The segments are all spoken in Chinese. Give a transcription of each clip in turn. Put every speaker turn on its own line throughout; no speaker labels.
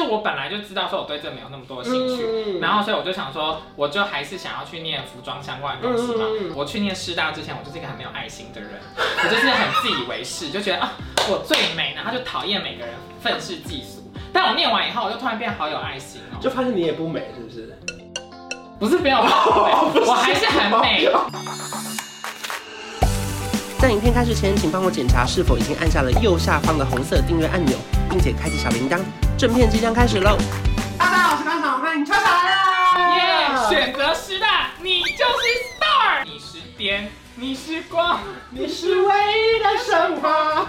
我本来就知道说我对这没有那么多兴趣，
嗯
然后所以我就想说，我就还是想要去念服装相关的东西嘛。
嗯嗯嗯
我去念师大之前，我就是一个很没有爱心的人， 我就是很自以为是，就觉得啊我最美，然后就讨厌每个人，愤世嫉俗。但我念完以后，我就突然变好有爱心哦、
就发现你也不美，是不是？
不是没 有，
哦
我还是很美。
在影片开始前，请帮我检查是否已经按下了右下方的红色订阅按钮，并且开启小铃铛。正片即将开始喽！大家好，我是康厂，欢迎车厂
耶、
啦！
选择师大，你就是 star，你是颠，你是光。
你是唯一的神话。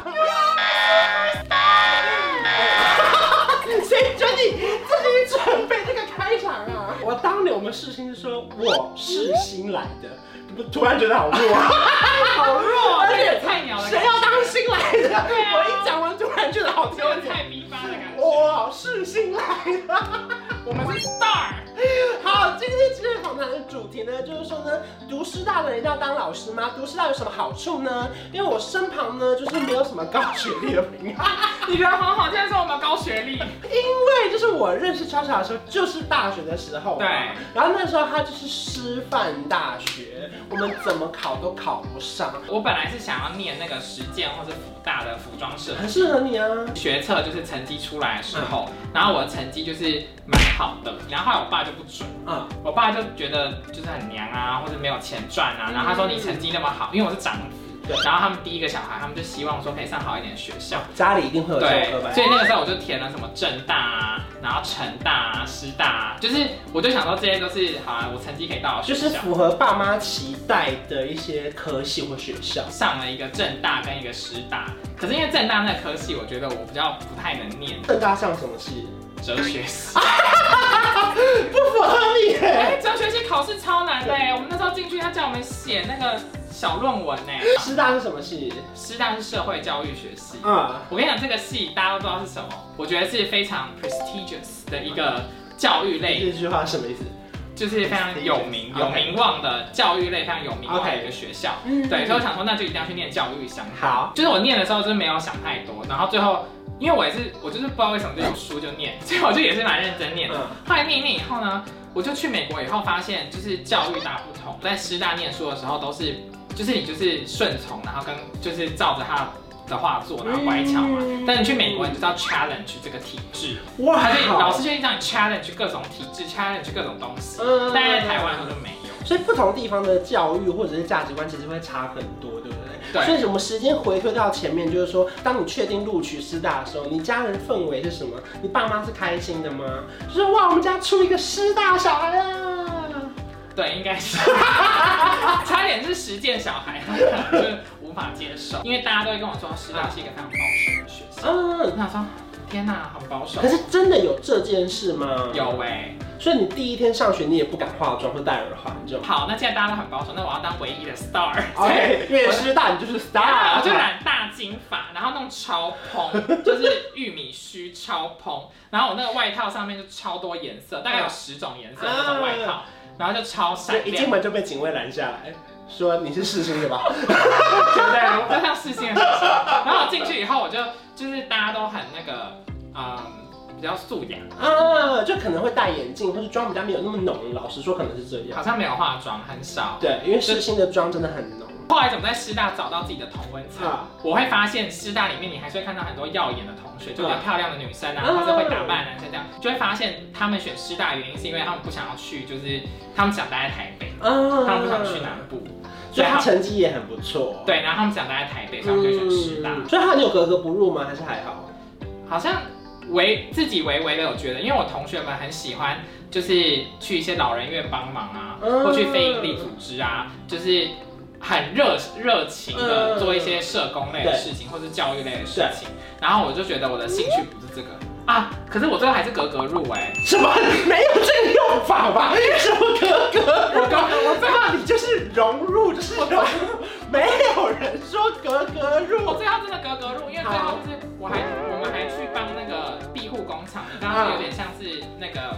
谁准你自己准备这个开场啊？我当年我们世新是说我是新来的，怎么突然觉得好弱啊？好弱
而且哦菜鸟的感觉
谁要当新来的？
对啊
我一讲完突然觉得好丢
有
脸。
菜逼吧的感觉。
我是新来的。
我们是 star，
好，今天今天访谈的主题呢，就是说呢，读师大的人一定要当老师吗？读师大有什么好处呢？因为我身旁呢，就是没有什么高学历的朋友，
你人很好，竟然说我们高学历，
因为就是我认识超超的时候，就是大学的时候嘛，
对
然后那时候他就是师范大学，我们怎么考都考不上，
我本来是想要念那个实践或是辅大的服装设计。
很适合你啊。
学测就是成绩出来的时候，
嗯
然后我的成绩就是蛮好的，然后后来我爸就不准，
啊，
我爸就觉得就是很娘啊，或者没有钱赚啊，然后他说你成绩那么好，因为我是长子
嗯对，
然后他们第一个小孩，他们就希望说可以上好一点的学校，
家里一定会有这
对
种课，吧？
所以那个时候我就填了什么正大啊，然后成大啊、师大啊，就是我就想说这些都是好啊，我成绩可以到的学
就
校。
是符合爸妈期待的一些科系或学校。
上了一个正大跟一个师大，可是因为正大那科系，我觉得我比较不太能念
正大上什么系？
哲学系。
不符合你耶。
哎，哲学系考试超难的哎，我们那时候进去，他叫我们写那个小论文呢。
师大是什么系？
师大是社会教育学系，
啊，
我跟你讲，这个系大家都不知道是什么，我觉得是非常 prestigious 的一个教育类
这句话什么意思？
就是非常有名、
Okay
有名望的教育类非常有名望的
Okay
一个学校。
嗯
对，所以我想说，那就一定要去念教育相关。
好，
就是我念的时候就是没有想太多，然后最后因为我也是我就是不知道为什么就有书就念，所以我就也是蛮认真念的。
嗯
后来念一念以后呢，我就去美国以后发现，就是教育大不同。在师大念书的时候都是，就是你就是顺从，然后跟就是照着他的话做，然后乖巧嘛。
嗯
但你去美国，你就是要 challenge 这个体制，
哇
他就老师就一直让你 challenge 各种体制，challenge 各种东西。
嗯
但在台湾好像没有。
所以不同地方的教育或者是价值观其实会差很多，对不对？
对
所以我们时间回推到前面，就是说，当你确定录取师大的时候，你家人氛围是什么？你爸妈是开心的吗？就是哇，我们家出一个师大小孩啊啦！
对，应该是， 差点是实践小孩，就是无法接受，因为大家都会跟我说师大是一个非常保守的学校。
嗯
我，想说，天哪，很保守
可。是真的有这件事吗？。
有哎、
所以你第一天上学，你也不敢化妆或戴耳环这 种。
好，那既然大家都很保守，那我要当唯一的 star。
OK，因为师大你就是
然
star，
后 我就染大金发，然后弄超蓬，就是玉米须超蓬，然后我那个外套上面就超多颜色，大概有十种颜色的那种外套，然后就超
所
闪
以一进
亮。
门啊就被警卫拦下来，说你是世新的吧？
对，我就像视线的事情。然后我进去以后，我就就是大家都很那个，嗯，比较素雅，
啊，就可能会戴眼镜，或是妆比较没有那么浓。老实说，可能是这样。
好像没有化妆，很少。
对，因为世新的妆真的很浓。
后来怎么在师大找到自己的同温层？
啊，
我会发现师大里面，你还是会看到很多耀眼的同学，就比较漂亮的女生啊，
嗯
或者会打扮的男生这样，就会发现他们选师大的原因是因为他们不想要去，就是他们想待在台北，
啊
他们不想去南部，所
所以
以
他
他
成绩也很不错。
对，然后他们想待在台北，
嗯，
所以他们就选师大。
所以他很有格格不入吗？还是还好？
好像微自己微微的有觉得，因为我同学们很喜欢，就是去一些老人院帮忙啊，
嗯
或去非营利组织啊，就是很热热情的
嗯
做一些社工类的事情，或是教育类的事情。然后我就觉得我的兴趣不是这个啊，可是我最后还是格格入 哎、
什么？没有这个用法吧？什么格格入？
我刚我
最后你就是融入，就是 融入，没有人说格格
我
入。
最后真的格格入，因为最后就是我还我们还去帮那个庇护工厂，你刚刚有点像是那个。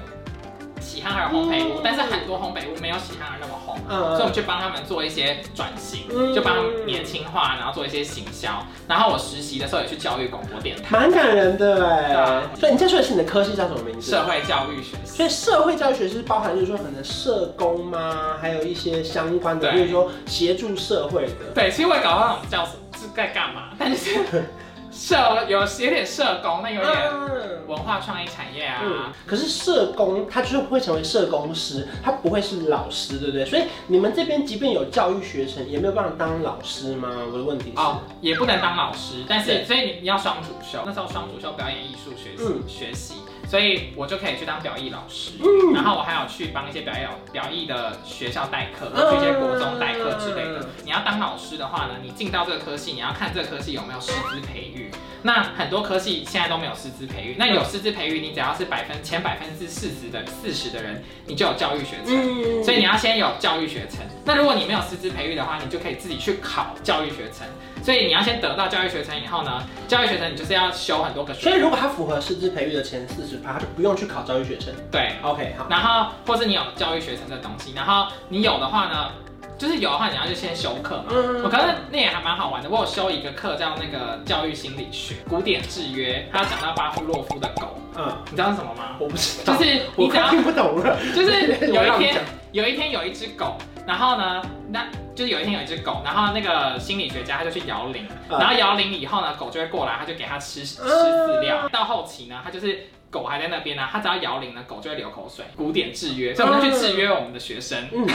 喜憨儿烘焙屋
嗯，
但是很多烘焙屋没有喜憨儿那么红。所以我
嗯
们去帮他们做一些转型，
嗯
就帮他们年轻化，然后做一些行销。然后我实习的时候也去教育广播电台，
蛮感人的
对啊
哎。所以你在说的是你的科系叫什么名字？
社会教育学
所
系。
以社会教育学是包含，就是说可能社工吗？还有一些相关的，
对
比如说协助社会的。
对，其实我也搞不懂叫什么是在干嘛，但就是 社有有点社工，那有点
嗯
文化创意产业
嗯
啊。，
可是社工他就是会成为社工师，他不会是老师，对不对？所以你们这边即便有教育学程，也没有办法当老师吗？我的问题是，
哦，也不能当老师，但
对
是所以你你要双主修，那时候双主修表演艺术学习、
嗯
学习，所以我就可以去当表艺老师，然后我还有去帮一些表演表艺的学校代课，去一些国中代课之类的
嗯。
你要当老师的话呢，你进到这个科系，你要看这个科系有没有师资培育。那很多科系现在都没有师资培育，那
嗯
有师资培育，你只要是百分前百分之四十的四十的人，你就有教育学程。
嗯
所以你要先有教育学程。那如果你没有师资培育的话，你就可以自己去考教育学程。所以你要先得到教育学程以后呢，教育学程你就是要修很多个
所以
学，
如果他符合师资培育的前四十趴，他就不用去考教育学程。
对，
OK，好，
然后或是你有教育学程的东西，然后你有的话呢，就是有的话你要去先修课嘛。
嗯
我可是那也还蛮好玩的，我有修一个课叫那个教育心理学古典制约，它讲到巴夫洛夫的狗，
嗯，
你知道是什么吗？
我不知
就
道，
是
我
你只要
快听不懂了。
就是有一
我让你
天
讲，
有一天有一只狗，然后呢，那就是有一天有一只狗，然后那个心理学家他就去摇铃，
嗯
然后摇铃以后呢，狗就会过来，他就给它吃吃饲
啊
料。到后期呢，它就是狗还在那边呢，它只要摇铃呢，狗就会流口水。古典制约，所以我们就去制约我们的学生
嗯，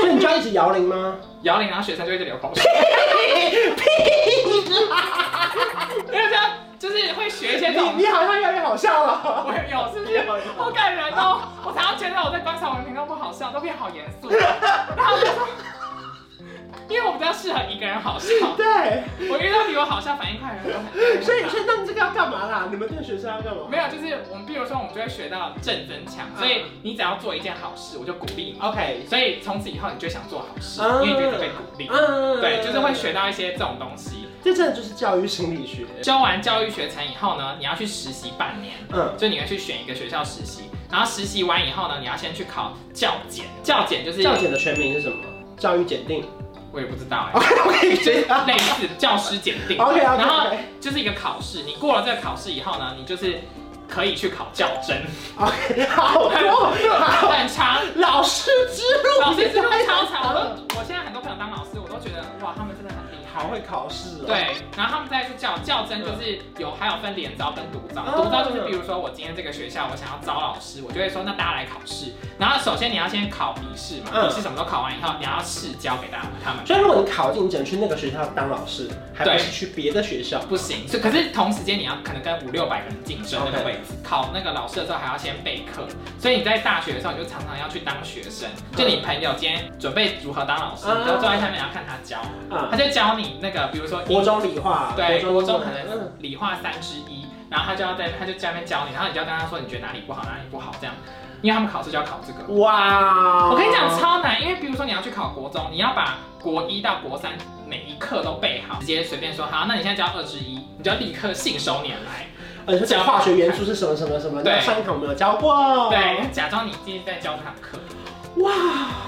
所以你就要一直摇铃吗？
摇铃，然后学生就会一直流口 水。 因为这样就是会学一些这种
你，你好像越来越好笑 了。
我有是不是？好感人哦！我常常觉得我在观察文凭都不好笑，都变好严肃。然后我就说，因为我比较适合一个人好 笑，
对，
我遇到比我好笑、反应快的人都很。
所以所以那你这个要干嘛啦？你们这个学生要干嘛
没有，就是我们，比如说我们就会学到正增
嗯
强，所以你只要做一件好事，我就鼓励你。
？OK，
所以从此以后你就想做好事，
嗯
因为觉得被鼓励。
嗯
对，就是会学，到一些这种东西。
这真的就是教育心理学。
教完教育学程以后呢，你要去实习半年。
嗯，
就你会去选一个学校实习，然后实习完以后呢，你要先去考教检，教检就是
教检的全名是什么？教育检定。
我也不知道哎、
OK，我可以学。
类似教师检定
OK
然后
OK
就是一个考试，你过了这个考试以后呢，你就是可以去考教甄，
OK，好多好，
很长，
老师之路，
老师之路超长，我都我现在很多朋友当老师，我都觉得哇，他们真的很厉害
好。会考试哦。
对，然后他们再去教教甄，就是有还有分连招跟独招，
嗯
独招就是比如说我今天这个学校我想要招老师，我就会说那大家来考试，然后首先你要先考笔试嘛，
嗯
笔试什么都考完以后，你要试教给大家他们。
所以如果你考进，你只能去那个学校当老师，还不是去别的学校。
不行，所以可是同时间你要可能跟五六百个人竞争
OK
那个位置，考那个老师的时候还要先备课，所以你在大学的时候你就常常要去当学生，就你朋友今天准备如何当老师，
嗯
你就坐在下面然后看他教，
啊
他，就教你那个比如说
国中理嗯化，
对，国中
英文
可能理化三之一，然后他就要在他就在那边教你，然后你就要跟他说你觉得哪里不好，哪里不好这样，因为他们考试就要考这个。
嗯哇，
我跟你讲超难，因为比如说你要去考国中，你要把国一到国三每一课都背好，直接随便说好，那你现在教二之一，你就要立刻信手拈来，
呃，你说讲化学元素是什么什么什么？
对
那上一堂我们有教过。
对，，假装你今天在教这堂课。
哇，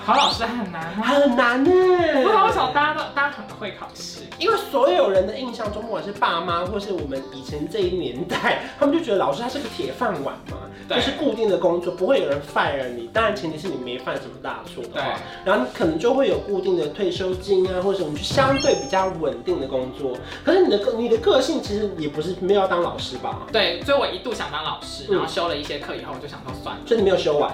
考老师很难啊，
很难呢。
不知道为什么大家都大家很会考试，
因为所有人的印象中，不管是爸妈或是我们以前这一年代，他们就觉得老师他是个铁饭碗嘛，
对
就是固定的工作，不会有人 fire 你。当然前提是你没犯什么大错的
对
话，然后你可能就会有固定的退休金啊，或者什么，就相对比较稳定的工作。可是你的个你的个性其实也不是没有要当老师吧，
对，所以我一度想当老师，然后修了一些课以后，我就想说算了。
所以你没有修完。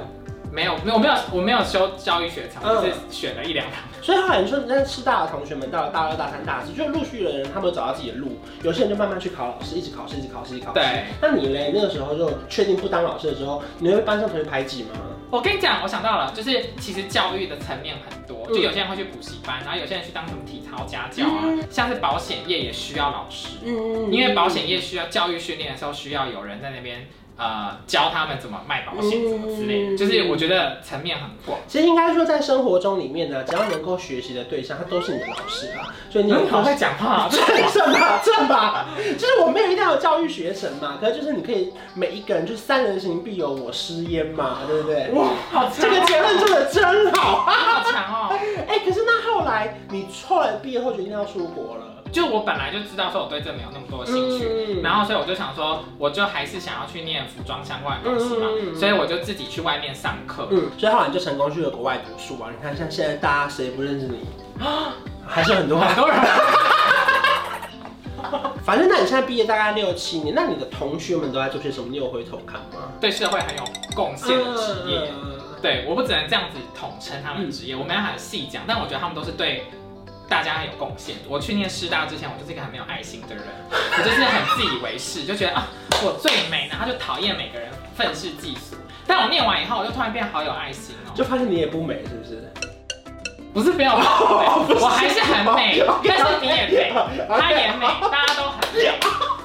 没有，没有，我没有，我没有修教育学程，
嗯
我就是选了一两堂。
所以后来你说，那师大的同学们到了大二、大三、大四，就陆续的人，他们有找到自己的路。有些人就慢慢去考老师，一直考试，一直考试，一直考试。
对。
那你嘞？那个时候就确定不当老师的时候，你会被班上同学排挤吗？
我跟你讲，我想到了，就是其实教育的层面很多，
嗯
就有些人会去补习班，然后有些人去当什么体操家教啊，像是保险业也需要老师，
嗯
因为保险业需要教育训练的时候需要有人在那边呃教他们怎么卖保险什么之类的，
嗯
就是我觉得层面很广。
其实应该说，在生活中里面呢，只要能够学习的对象，他都是你的老师啊。所以你
你
有
好会讲话啊，
正正吧，正吧，就是我没有一定要有教育学神嘛，可是就是你可以每一个人就是三人行必有我师焉嘛，对不对？
哇，好哦
这个结论做的真好。
好强哦！
哎、可是那后来你后来毕业后决定要出国了，
就我本来就知道说我对这没有那么多兴趣，
嗯
然后所以我就想说，我就还是想要去念服装相关的东西嘛
嗯嗯嗯，嗯
所以我就自己去外面上课。
嗯，所以后来你就成功去了国外读书啊。你看，像现在大家谁不认识你 啊？还是很多啊。
很多人
反正那你现在毕业大概六七年，那你的同学们都在做些什么？你有回头看吗？
对社会很有贡献的职业。
嗯
对，我不只能这样子统称他们的职业，我没办法细讲，但我觉得他们都是对大家很有贡献。我去念师大之前，我就是一个很没有爱心的人，我就是很自以为是，就觉得啊我最美，然后就讨厌每个人，愤世嫉俗。但我念完以后，我就突然变好有爱心哦、
就发现你也不美，是不是？
不是没有，
不是
我还是很美，但是你也 美，
OK，
他也美，大家都很美。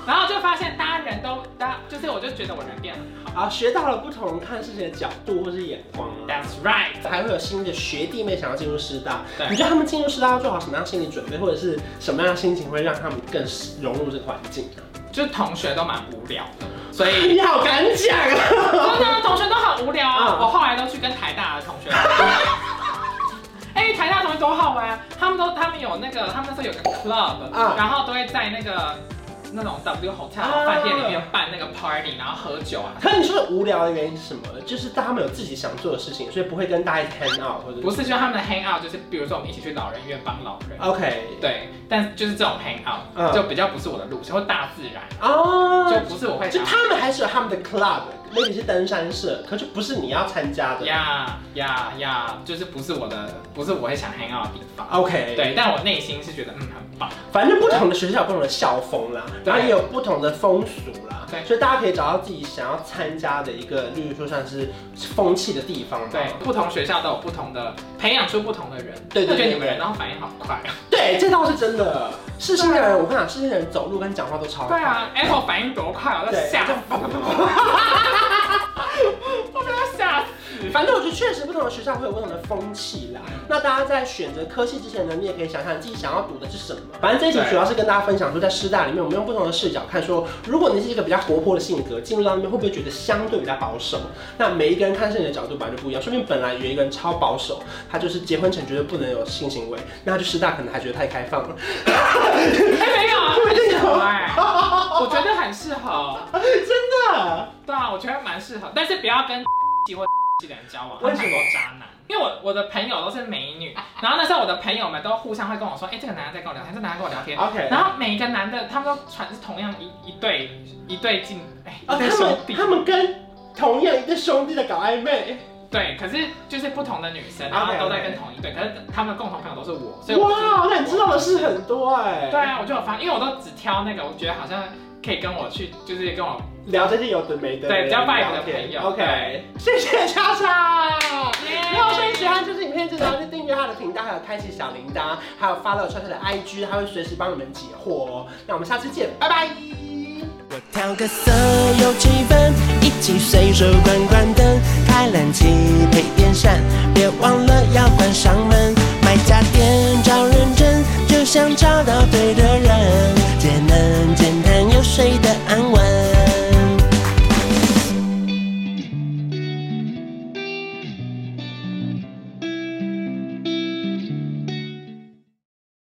然后就发现大家人都，大家就是我就觉得我人变很好。
啊，学到了不同看事情的角度或是眼光啊。
That's right。
还会有新的学弟妹想要进入师大，
对
你觉得他们进入师大要做好什么样的心理准备，或者是什么样的心情会让他们更融入这个环境啊？
就同学都蛮无聊的，所以
你好敢讲啊！
真的同学都很无聊啊
嗯！
我后来都去跟台大的同学。 哎、台大同学多好玩！啊他们都他们有那个，他们那时候有个 club，、
嗯
然后都会在那个那种 W hotel
啊
饭店里面办那个 party，然后喝酒啊。
可你说的无聊的原因是什么？就是他们有自己想做的事情，所以不会跟大家一起 hang out，或者
不是，就他们的 hang out，就是比如说我们一起去老人院帮老人，
OK
对，但就是这种 hang out、
嗯
就比较不是我的路线，或大自然，就
哦，
不是我会
就
想
他们还是有他们的 club，maybe 是登山社，可就不是你要参加的。
呀呀呀，就是不是我的，不是我会想 hang out 的地方。
OK，
对，但我内心是觉得嗯很棒。
反正不同的学校有不同的校风啦，
对
然后也有不同的风俗啦，
对
所以大家可以找到自己想要参加的一个，例如说像是风气的地方嘛。
对，不同学校都有不同的，培养出不同的人。
对对
我觉得
对
你们人然后反应好快啊。
对，这倒是真的。世新的人，我跟你讲，世新的人走路跟讲话都超快。
对啊，Apple 反应多快啊，我
对
在 吓，我被他吓死。
反正我觉得确实不同的学校会有不同的风气啦。那大家在选择科系之前呢，你也可以想想自己想要读的是什么。反正这一集
对
主要是跟大家分享说，在师大里面，我们用不同的视角看说，如果你是一个比较活泼的性格，进入到那边会不会觉得相对比较保守？那每一个人看事情的角度本来就不一样，说不定本来有一个人超保守，他就是结婚前绝对不能有性行为，那他就师大可能还觉得太开放了。
哎，没有啊，很适合哎，我觉得很适合。
真的？
对 啊，我觉得蛮适合，但是不要跟 X 或 X 的人交往，
为什么
他们都渣男？因为我我的朋友都是美女，然后那时候我的朋友们都互相会跟我说，哎、这个男的在跟我聊天，这个男的跟我聊天。
OK
然后每一个男的，他们都传是同样一一对一对镜，哎、
哦，
一
他
对兄
们
弟。
他们跟同样一对兄弟的搞暧昧，
对，可是就是不同的女生，然后
OK，OK
都在跟同一对，可是他们的共同朋友都是我，所以我
哇，那你知道的事很多哎、
对啊，我就有发，因为我都只挑那个我觉得好像可以跟我去，就是跟我
聊这些有的没的，
对比较 vibe 的
聊天
朋友
OK，谢谢叉叉。如果说你喜
耶，
欢这支影片，记得要去订阅他的频道，还有开启小铃铛，还有 follow 叉叉的 IG，他会随时帮你们解惑哦。那我们下次见，拜拜。
我调个色有气氛，一起随手关关灯，开冷气配电扇，别忘了要关上门。买家电找认真，就像找到对的人。